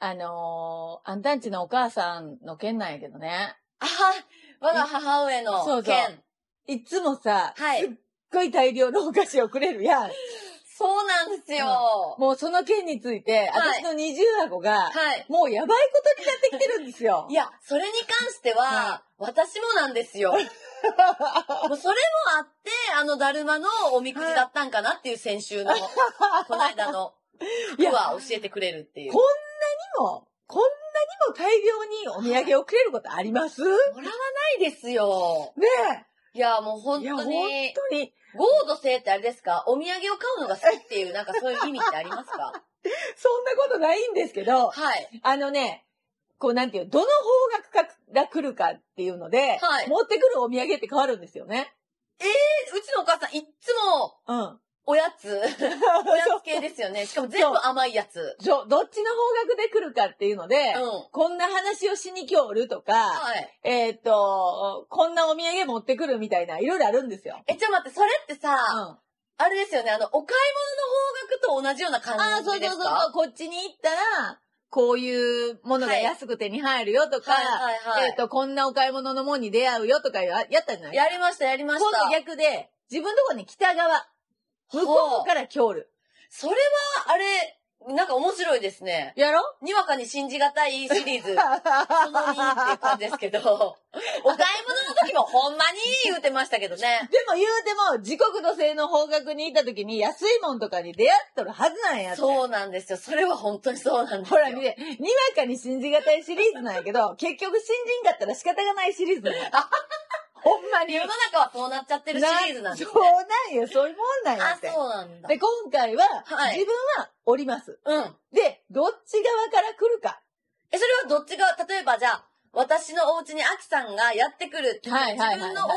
あのーあんたんちのお母さんの件なんやけどね。あは、我が母上の件。そうそういつもさ、はいすっごい大量のお菓子をくれるやん。そうなんですよ。もうその件について、は私いの20箱が、はい。もうやばいことになってきてるんですよ。 いや、それに関しては、は私もなんで すよ。もうそれもあって、あの、だるまのおみくじだったんかなっていう 先週の、この間の、いやは教えてくれるっていう。こもうこんなにも大量にお土産をくれることありますねもらわないですよ。いや、もうえ。本いや、当本に、当に。豪土性ってあれですかお土産を買うのが好きっていう、なんかそういう意味ってありますか そんなことないんですけど、はい。あのね、こうなんていう、どの方角が来るかっていうので、はい持ってくるお土産って変わるんですよね。えうちのお母さん、いっつも、うん。おおや つ、おやつ系ですよね。しかも全部甘いやつ。そうどっちの方角で来るかっていうので、うん。こんな話をしに来おるとか、はい。えーっと、こんなお土産持ってくるみたいな、いろいろあるんですよ。え、ちょ、待って、それってさ、うん。ああれですよね、あの、お買い物の方角と同じような感あー、そじうでそうすそうかそう、こっちに行ったら、こういうものが安く手に入るよとか、はいはいはえい。ーっと、こんなお買い物のもんに出会うよとかややったじゃないやりました、やりまし今度た。逆で、自分のとこに北側、向こうから来る。それは、あれ、なんか面白いですね。やろ にわかに信じがたいシリーズ、その2っていう感じですけ ど、お買い物の時もほんまに言うてましたけどね。でも言うても、時刻の性の方角に行った時に安いもんとかに出会っとるはずなんやって。 そうなんですよ。それは本当にそうなんですほよ。ら見て、にわかに信じがたいシリーズなんやけ ど、結局信じんかったら仕方がないシリーズなんや。ほんまに。世の中はそうなっちゃってるシリーズなんですそねう。なんよ、そういうもんなんやあっ、て。そうなんだ。で、今回は、はい自分は降ります。うん。で、どっち側から来るか。え、それはどっちが、例えばじゃあ、私のお家にアキさんがやってくる。はいはいはいはい自分のお家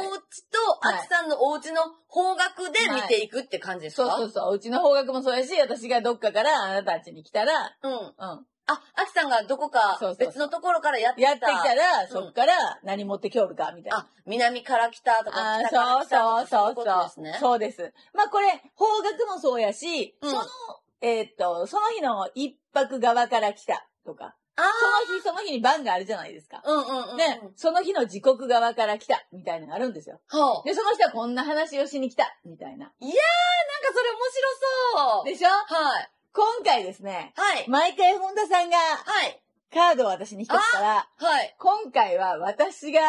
とはいアキさんのお家の方角で見ていくって感じですか、そうそうそう、うちの方角もそうやし、私がどっかからあなたたちに来たら、うん。うん。あ、アキさんがどこかそうそうそう別のところからやってきた。やってきたら、そっから何持ってきおるか、みたいな。あ、南から来たとかあ、北からそう来たそとかうそういこそとうですね。そうです。まあこれ、方角もそうやし、うんその、えーっと、その日の一泊側から来たとか、あその日その日に番があるじゃないですか。あ、うんうんうんうん。ね、その日の時刻側から来たみたいなのがあるんですよ。ほう。で、その人はこんな話をしに来たみたいな。なんかそれ面白そう。でしょはい。今回ですね、はい。毎回本田さんがはい。カードを私に引かすから、はい。今回は私が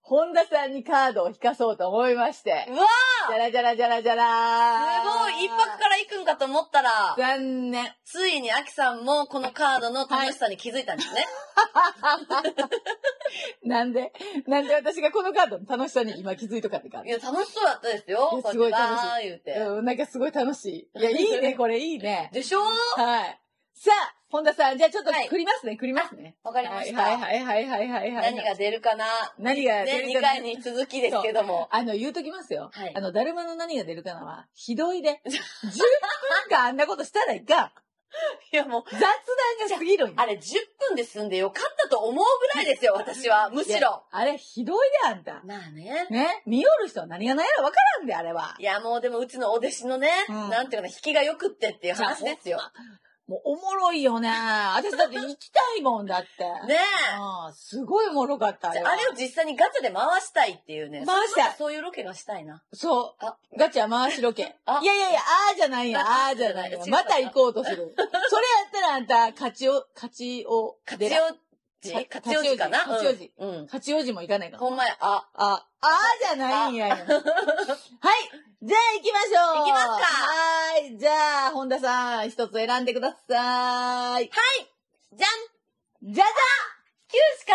本田さんにカードを引かそうと思いまして、うわじゃらじゃらじゃらじゃすらごい一泊から行くんかと思った ら、残念。ついにアキさんもこのカードの楽しさに気づいたんですね。なんで、なんで私がこのカードの楽しさに今気づいとかって感いじ。や、楽しそうだったですよ。いやすごい楽しいこうやってわー言ううん、なんかすごい楽しい。いや、いい ね、これいいねて。。でしょはい。さあ、本田さん、じゃあちょっとはいくりますね、くりますね。わかりました。はいはいはいはいはいはい。何が出るかな何が出ね、る2かな回に続きですけども。あの、言うときますよ。はいあの、だるまの何が出るかなは、ひどい で。10分間あんなことしたらいかん。いや、もう、雑談が過ぎるんやあれ10分で済んでよかったと思うぐらいですよ、私は。むしいやろ。あれ、ひどいで、あんた。まあね。ね見よる人は何がないやらわからんで、あれは。いや、もうでもうちのお弟子のね、うんなんていうかな、引きが良くってっていう話ですよ。もうおもろいよね。私だって行きたいもんだって。ねえ。ああすごいおもろかったじゃよ。ああれを実際にガチャで回したいっていうね。回したいそういうロケがしたいな。そあう。ガチャ回しロケ。あいやいやいや、ああじゃないよ、あああじゃないよ違。うまた行こうとする。それや ったらあんた、勝ちを、勝ちを、活用寺、時活用時かな八王子うん。うん勝ち王子も行かないかな。ほんまや、あ、あ、ああじゃないんや。はい。じゃあ行きましょう。行きますかはーい。じゃあ、本田さん、一つ選んでください。じゃんじゃ旧歯科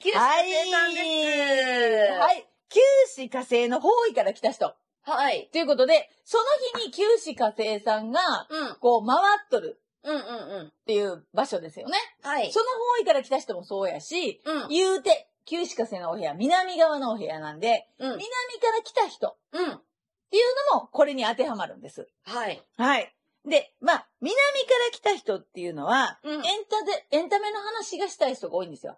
生旧じゃ歯科生さんです。は。い。九死火星の方位から来た人。はい。ということで、その日に九死火星さんが、うん。こう、回っとるうんうんうん。っていう場所ですよね。はい。その方位から来た人もそうやし、うん。言うて、九死火星のお部屋、南側のお部屋なんで、うん。南から来た人っうん。ていうのも、これに当てはまるんです。はい。はい。で、まあ、南から来た人っていうのは、うんエンタで、エンタメの話がしたい人が多いんですよ。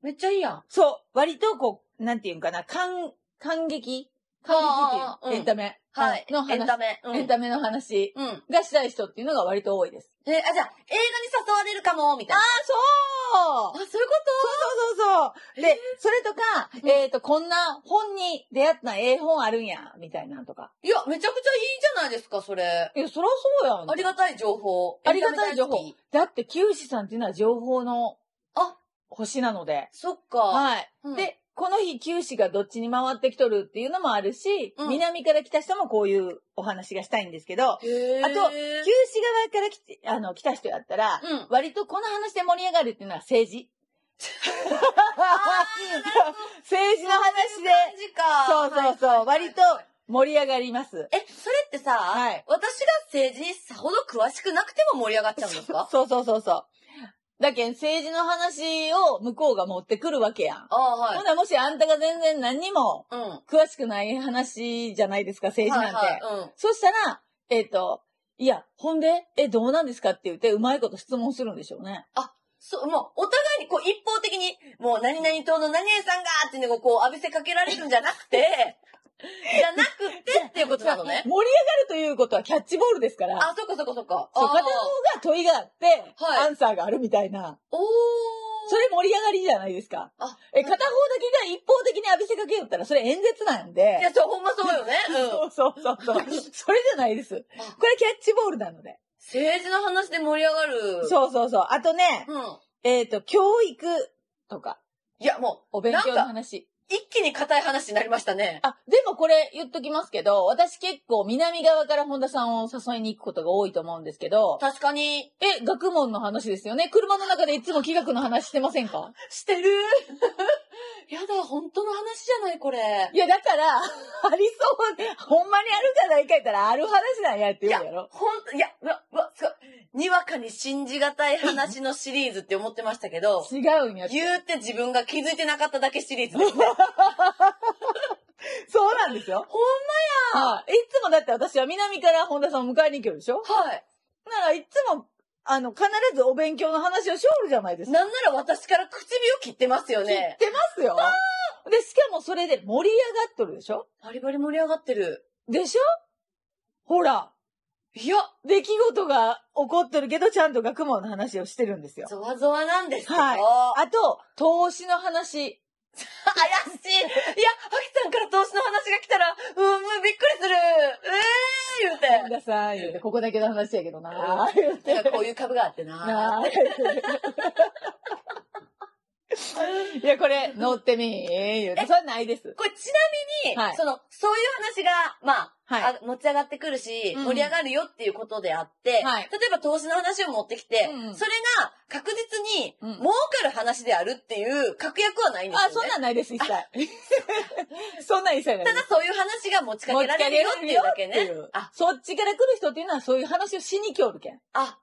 めっちゃいいやん。そう。割と、こう、なんていうんかな、感、感激管理基金、うんエンタメはい。の話、エンタメ。うんエンタメの話うん。がしたい人っていうのが割と多いです。え、あ、じゃあ、映画に誘われるかも、みたいな。そうあ、そういうことそうそうそう。で、それとか、うんえっ、と、こんな本に出会ったええ本あるんや、みたいなんとか。いや、めちゃくちゃいいじゃないですか、それ。いや、そらそうやん。ありがたい情報。ありがたい情報エンタメ大好き。だって、九死さんっていうのは情報の、あ星なので。そっか。はい。うんで、この日、九死がどっちに回ってきとるっていうのもあるし、うん南から来た人もこういうお話がしたいんですけど、へーあと九死側から来て、あの、来た人やったら、うん。 割とこの話で盛り上がるっていうのは政治。政治の話でそういう感じか。そうそうそうはいはいはい割と盛り上がります。え、それってさ、はい私が政治にさほど詳しくなくても盛り上がっちゃうんですかそうそうそうそう。だけん政治の話を向こうが持ってくるわけやん。ああ、はいほ。な、もしあんたが全然何にもうん。詳しくない話じゃないですか、政治なんて。はいはいうん。そしたら、えっ、と、いや、ほんで、え、どうなんですかって言って、うまいこと質問するんでしょうね。そう、もう、お互いにこう、一方的に、もう、何々党の何々さんがーっていうのをこう、浴びせかけられるんじゃなくて、 じゃなくてっていうことなのね盛。り上がるということはキャッチボールですから、あ、そっかそっかそっか。そうあー片方が問いがあって、はいアンサーがあるみたいな。おー。それ盛り上がりじゃないですか。あえ、片方だけが一方的に浴びせかけよったら、それ演説なんでい。や、そう、ほんまそうよね。う ん。そうそうそう そう。それじゃないです。これキャッチボールなので。政治の話で盛り上がる。う。そうそうそう。あとね、うん。えっ、と、教育とか、いや、もお勉強なんのか話。う、一気に硬い話になりましたね。あ、でもこれ言っときますけど、私結構南側から本田さんを誘いに行くことが多いと思うんですけど、確かに。え、学問の話ですよね。車の中でいつも気学の話してませんかしてる やだ、本当の話じゃない、これ。いや、だから、 ありそう、ほんまにあるじゃないか言ったら、ある話なんやって言うんやろ。ほんと、いや、うわ、うわ、すごい。にわかに信じがたい話のシリーズって思ってましたけど、 違うんやって。言うて自分が気づいてなかっただけシリーズ ですね。そうなんですよ。ほんまやいつもだって私は南から本田さんを迎えに行くでしょはい。ならいつも、あの、必ずお勉強の話をしおるじゃないですか。なんなら私から唇を切ってますよ言っね。てますよ。で、しかもそれで盛り上がっとるでしょバリバリ盛り上がってる。でしょほら、いや、出来事が起こってるけど、ちゃんと学問の話をしてるんですよ。ゾワゾワなんですけど。 はいあと、投資の話。怪しい。いや、アキさんから投資の話が来たら、うん、もうびっくりする。ええー、本言うて。田さん、言うて、ここだけの話やけどな、言う て。なんかこういう株があって な。なあいや、これ、乗ってみー、言うて。それはないです。これちなみに、はいその、そういう話が、まあ、はい。あ持ち上がってくるし、うん盛り上がるよっていうことであって、はい例えば投資の話を持ってきて、うんうんそれが確実にうん儲かる話であるっていう確約はないんですよ、あ、ね。そんなんないです、一切。そんなん一切ないでたすだ。そういう話が持ちかけられるよっていうだけね。あ、そっちから来る人っていうのはそういう話をしに来おるけん。あ、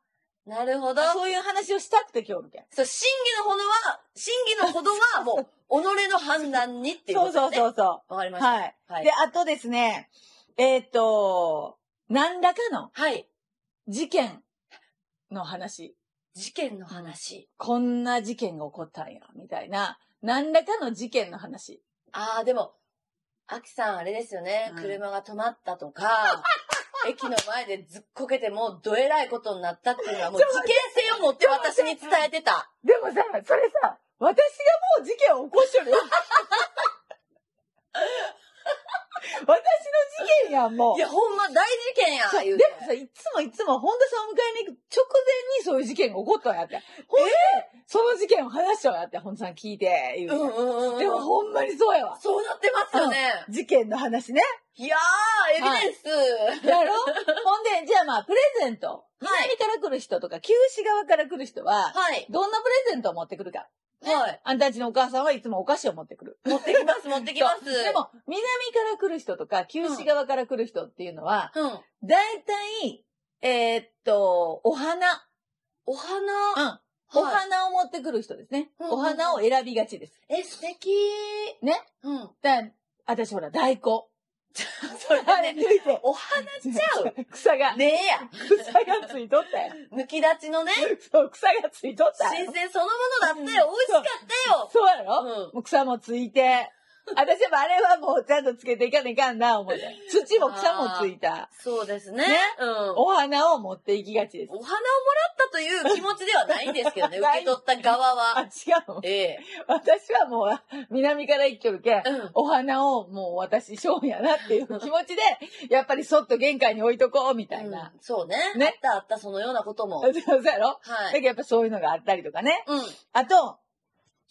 なるほど。そういう話をしたくて来おるけん。そう、真偽のほどは、真偽のほどは もう、己の判断にっていうこそうとですそね。うそうそわかりう。ました。はい。はい。で、あとですね、えーっ、と、何らかのはい。事件の話。事件の話。こんな事件が起こったんや、みたいな。何らかの事件の話。ああ、でも、アキさんあれですよね。うん車が止まったと か、駅の前でずっこけてもうどえらいことになったっていうのはもう事件性を持って私に伝えてた。でもさ、それさ、私がもう事件を起こしと るよ。私の事件やん、もうい。や、ほんま大事件やそう、言でうもて。さ、いつもいつも本田さんを迎えに行く直前にそういう事件が起こったんやって。ほんで、その事件を話しちゃうやって、本田さん聞いて、言ううて、んうんうん。でもほんまにそうやわ。そうなってますよね。事件の話ね。いやー、エビデンス。やろ ほんで、じゃあまあ、プレゼント。はい南から来る人とか、九死側から来る人は、はい。どんなプレゼントを持ってくるか。はい。あんたたちのお母さんはいつもお菓子を持ってくる。持ってきます、持ってきます。でも、南から来る人とか、九死側から来る人っていうのは、うん。だいたい、えーっと、お花。お花。うん。おはい花を持ってくる人ですね。うんうんお花を選びがちです。え、素敵。ね。うん。だ私ほら、大根。 それあれ抜ね。いて。お花ちゃう。草が、ねえや。草がついとったよ。抜き立ちのね、そう、草がついとった新よ。鮮そのものだったよ。美味しかったよ。そうやろ、うん。もう草もついて、私はあれはもうちゃんとつけていかないかんな、思 って。土も草もついた。そうですね。ねうん。おお花を持っていきがちです。花をもらったという気持ちではないんですけどね、受ないけ取った側あ、違は。うの。ええ。私はもう、南から行っとるけん、うん。お花をもう私、ショーンやなっていう気持ちで、やっぱりそっと玄関に置いとこう、みたいな。うんそうね。ねあったあった、そのようなことも。そうそうやろだはけい。どやっぱそういうのがあったりとかね。うん。あと、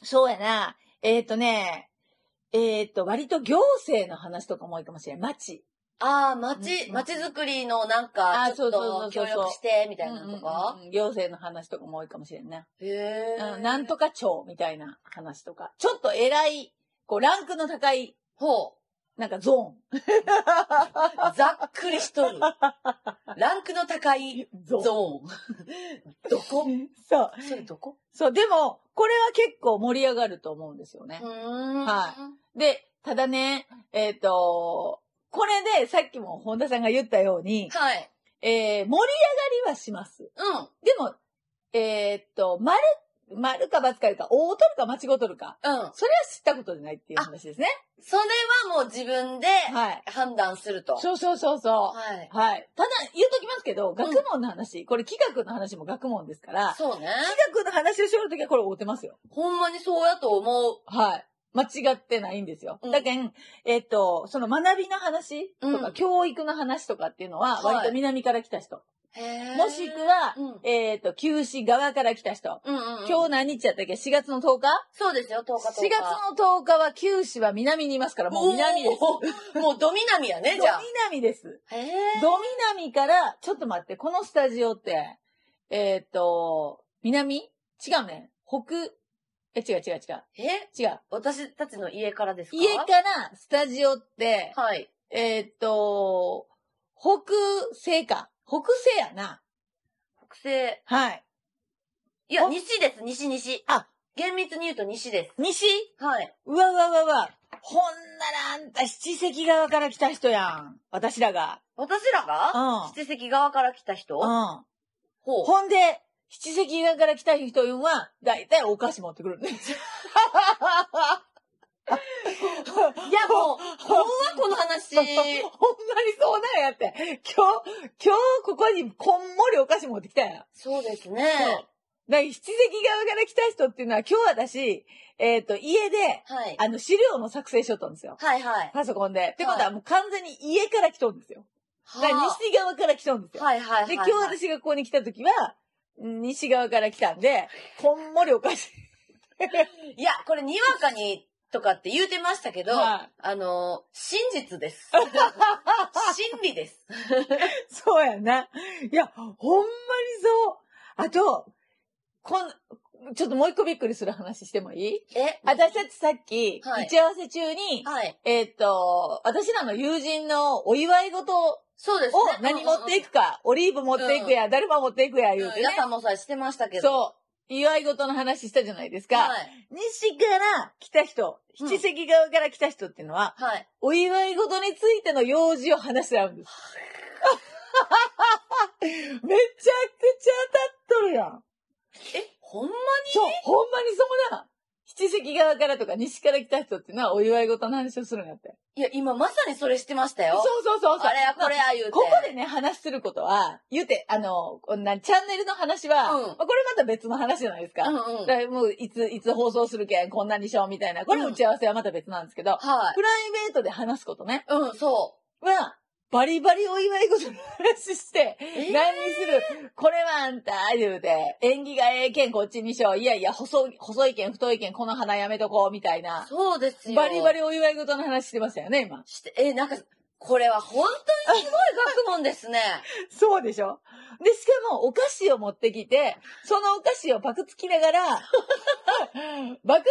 そうやな、えっ、とね、えっ、と、割と行政の話とかも多いかもしれない。町。ああ、う町、ん町づくりのなんかあ、ーちょそっとうそ協うそうそう力して、みたいなのうとんか。うんうん行政の話とかも多いかもしれんな。へえ。うんなんとか町みたいな話とか。ちょっと偉い、こう、ランクの高い、ほなんかゾ う。ざっくりしとる。ランクの高いーン。ゾゾーン。どこーン。そう。それどこそう。でも、これは結構盛り上がると思うんですよね。んはで、ただね、えっ、と、これでさっきも本田さんが言ったように、はい。えー盛り上がりはします。うん。でも、えーっと、丸、丸か×かいうか、大取るか間違うとるか。うん。それは知ったことじゃないっていう話ですね。それはもう自分ではい。判断すると。そうそうそうそはい。う。はい。ただ、言うときますけど、学問の話、これ企画の話も学問ですから、そうね。企画の話をしよるときはこれ追ってますよ。ほんまにそうやと思う。はい。間違ってないんですよ。うんだけん、えーっと、その学びの話とか、うん教育の話とかっていうのはは、い割と南から来た人。へーもしくは、うん。えーっと、九死側から来た人。うんうんうん。今日何日やったっけ ?4 月の10日そうですよ、10 4日月との10日は九州は南にいますから、もう南です。どす。もうど南やね、じゃあ。南です。へえ。ど南から、ちょっと待って、このスタジオって、えーっと、南違うね。北、え、違う違う違う。え違う。私たちの家からですか家からスタジオって、はい。えーっと、北西か。北西やな。北西。はい。いや、お西です、西西。あ、厳密に言うと西で西す。はい。うわうわうわうわ。ほんならあんた七関川から来た人やん。私らが。私らが、うん。七席側から来た人うん。ほう。ほんで、七席側から来た人は、だいたいお菓子持ってくるん ですよ。いや、もう、ほんまこの話。ほんまにそうなんやって。今日、今日ここにこんもりお菓子持ってきたやん。そうですそうね。だから七席側から来た人っていうのは、今日私、えっ、と、家で、はい。あの、資料の作成しとったんですよ。はいはい。パソコンで。ってことはもう完全に家から来とんですよ。だからは西側から来とんですあよ。はいはいはい。で、今日私がここに来た時は、西側から来たんで、こんもりお菓子。いや、これにわかにとかって言うてましたけど、はいあの、真 実です。真理です。そうやな。いや、ほんまにそう。あと、こん、ちょっともう一個びっくりする話してもいいえ私たちさっき、はい打ち合わせ中に、はい。えーっと、私らの友人のお祝い事をそうですね。何持っていくか、オリーブ持っていくや、だるま持っていくや、うん言ううんて皆ね。さんもさ、してましたけど。そう。祝い事の話したじゃないですか。はい。西から来た人、うん七席側から来た人っていうのは、はい。お祝い事についての用事を話してあるんです。 めちゃくちゃ当たっとるやん。え、ほんまそう、ほんまにそうだ。七席側からとか西から来た人っていうのはお祝い事の話をするんやって。いや、今まさにそれしてましたそよう。そうそうそう。あれやこれまあや言うて。ここでね、話することは、言うて、あの、こんなチャンネルの話は、うんまあこれまた別の話じゃないですか。うんうん。だからもう、いつ、いつ放送するけん、こんなにしようみたいな。これ打ち合わせはまた別なんですけど、はい。プライベートで話すことね。うん、そは、バリバリお祝い事の話して、う。え何にするこれはあんた、言うて、縁起がええけんこっちにしよう。いやいや、細い、細いけん、太いけん、この花やめとこう、みたいな。そうですよ。バリバリ。リお祝い事の話してましたよね、今。して、え、なんか、これは本当にすごい学問で すね。そうでしょで、しかも、お菓子を持ってきて、そのお菓子をバクつきながら、 バクつきなが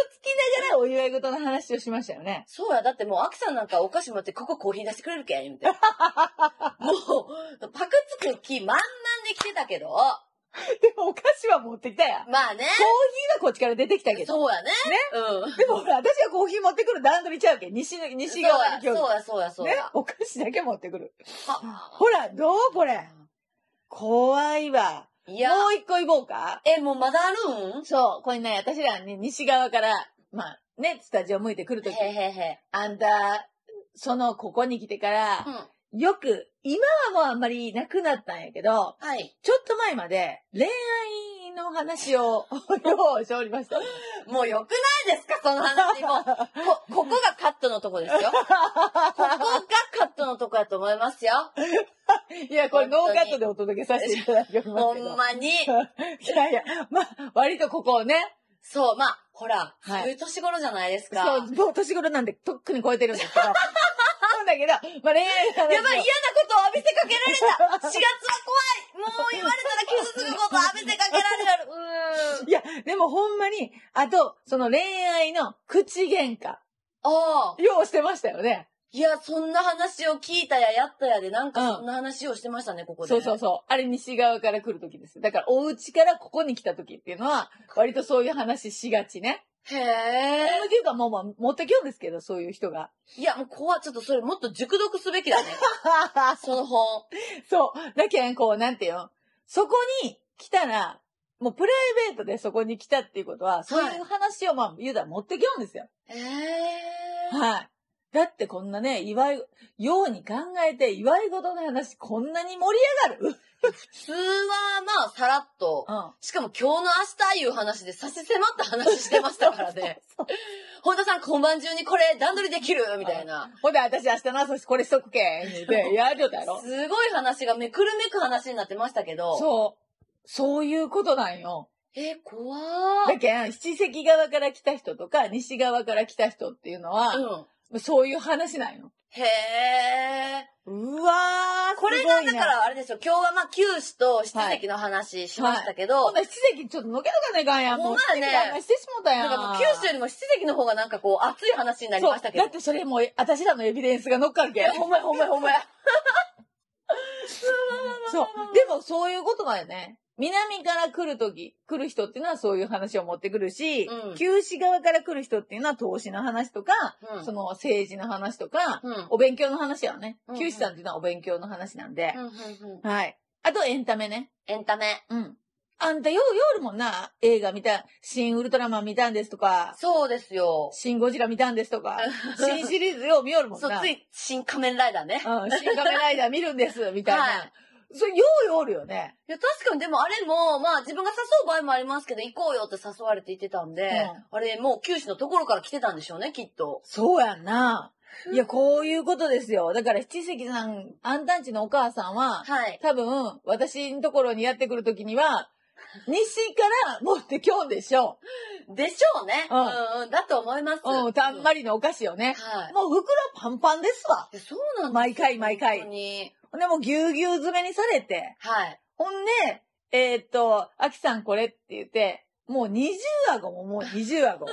らお祝い事の話をしましたよね。そうや、だってもう、アキさんなんかお菓子持って、ここコーヒー出してくれるけん、み たいな。もう、パクつく気満々で来てたけど、でも、お菓子は持ってきたやん。コーヒまあね。ーはこっちから出てきたけど。そうやね。うん。でもほら、私がコーヒー持ってくる段取りちゃうけん。西の、そう西や側に、今そうや、そうや、日。そうねや。、お菓子だけ持ってくる。はほら、どうこれ。怖いわ。いもや、う一個行こうか。え、もうまだあるんそう、これね、私らね、西側からまあ、ね、スタジオ向いてくるへとき、へへ。あんた、その、ここに来てからう、ん。よく、今はもうあんまりなくなったんやけど、はい。ちょっと前まで、恋愛の話を、ようしておりました。もう良くないですかその 話。もう、こ、ここがカットのとこですよ。ここがカットのとこやと思いますよ。いや、これノーカットでお届けさせていただきますけど。ほんまに。いやいや、まあ、割とここをね、そう、まあ、ほら、はいそういう年頃じゃないですか。そう、もう年頃なんで、とっくに超えてるんですけど。そうだけど、まあ恋愛の話をやばい、嫌なことを浴びせかけ られた !4 月は怖いもう言われたら傷つくことを浴びせかけられるうーん。いや、でもほんまに、あと、その恋愛の口喧嘩、ああ。ようしてましたよね。いや、そんな話を聞いたややったやで、なんうかんそんな話をしてましたね、ここで。そうそうそう。あれ西側から来る時です。だから、お家からここに来た時っていうのは、割とそういう話しがちね。へえ。というか、もう、まあ、持ってきようんですけど、そういう人 が。いや、もう怖い。ちょっとそれもっと熟読すべきだね。 その本。そう。だけん、こう、なんていうのそこに来たら、もうプライベートでそこに来たっていうことは、そういう話を、まあ、言うたら持ってきようんですよ。ええ。はい。だってこんなね、祝い、ように考えて、祝い事の話、こんなに盛り上がる普通は、まあ、さらっと。うん。しかも今日の明日いう話で差し迫った話してまし たから ね。本田さん、今晩中にこれ段取りできるみたいな。ほんで、私明日の朝これしとくけん。言うて、 やるだろ。すごい話がめくるめく話になってましたけど。そう。そういうことなんよ。えー、怖ーだけん、七席側から来た人とか、西側から来た人っていうのは、うん。そういう話なんよ。へえ。うわー、これが、だからあれですよ、今日はまあ、九死と七席の話しましたけど、こんな七席ちょっとのけとかねえかんやん。もうほんま七やね席あんまりしてしもたやん。なんかもう九死よりも七席の方がなんかこう、熱い話になりそうましたけどだっ。てそれもう、私らのエビデンスが乗っかるけん。ほんまやほんまやほんまや。そう。でもそういうことだよね。南から来るとき、来る人っていうのはそういう話を持ってくるし、うん旧市側から来る人っていうのは投資の話とか、うんその政治の話とか、うん。お勉強の話やねうんう。ん旧市さんっていうのはお勉強の話なんでう。んうんうんはい。あとエンタメね。エンタメ。うん。あんたよう、ようるもんな。映画見た、新ウルトラマン見たんですとか、そうですよ。新ゴジラ見たんですとか、新シリーズよう見よるもんそな。う、つい、新仮面ライダーね。うん、新仮面ライダー見るんです、みたいな。はいそれ、ようようるよね。いや、確かにでもあれも、まあ自分が誘う場合もありますけど、行こうよって誘われて行ってたんで、うんあれもう九死のところから来てたんでしょうね、きっと。そうやんな。いや、こういうことですよ。だから、七関さん、あんたんちのお母さんは、はい。多分、私のところにやってくるときに は、西から持ってきょんでしょでしょうね。ううんん、うん、だと思います。う。うん、たんまり。りのお菓子をね。はい。もう袋パンパンですわ。いやそうなんですよ毎回毎回本当に。ほんで、もうぎゅうぎゅう詰めにされて。はい。ほんで、えーっと、あきさんこれって言って、もう二重顎ももう二重 顎。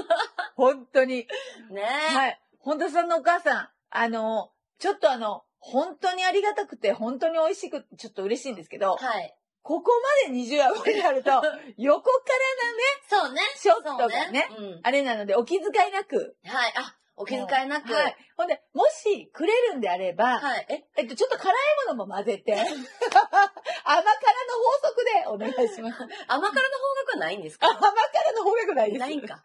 本当に。ねはい。本田さんのお母さん、あの、ちょっとあの、本当にありがたくて、本当に美味しく、ちょっと嬉しいんですけど、はい。ここまで二重顎になる と、横からなね、そうね。ショットそうがね。ね、うん。あれなので、お気遣いなく。はい。あ、お気遣いなく。はい。ほんで、もしくれるんであれば、はい。え、えっと、ちょっと辛いものも混ぜて、 甘辛の法則でお願いします。甘辛の方角はないんですか甘辛の方がないです。ないんか。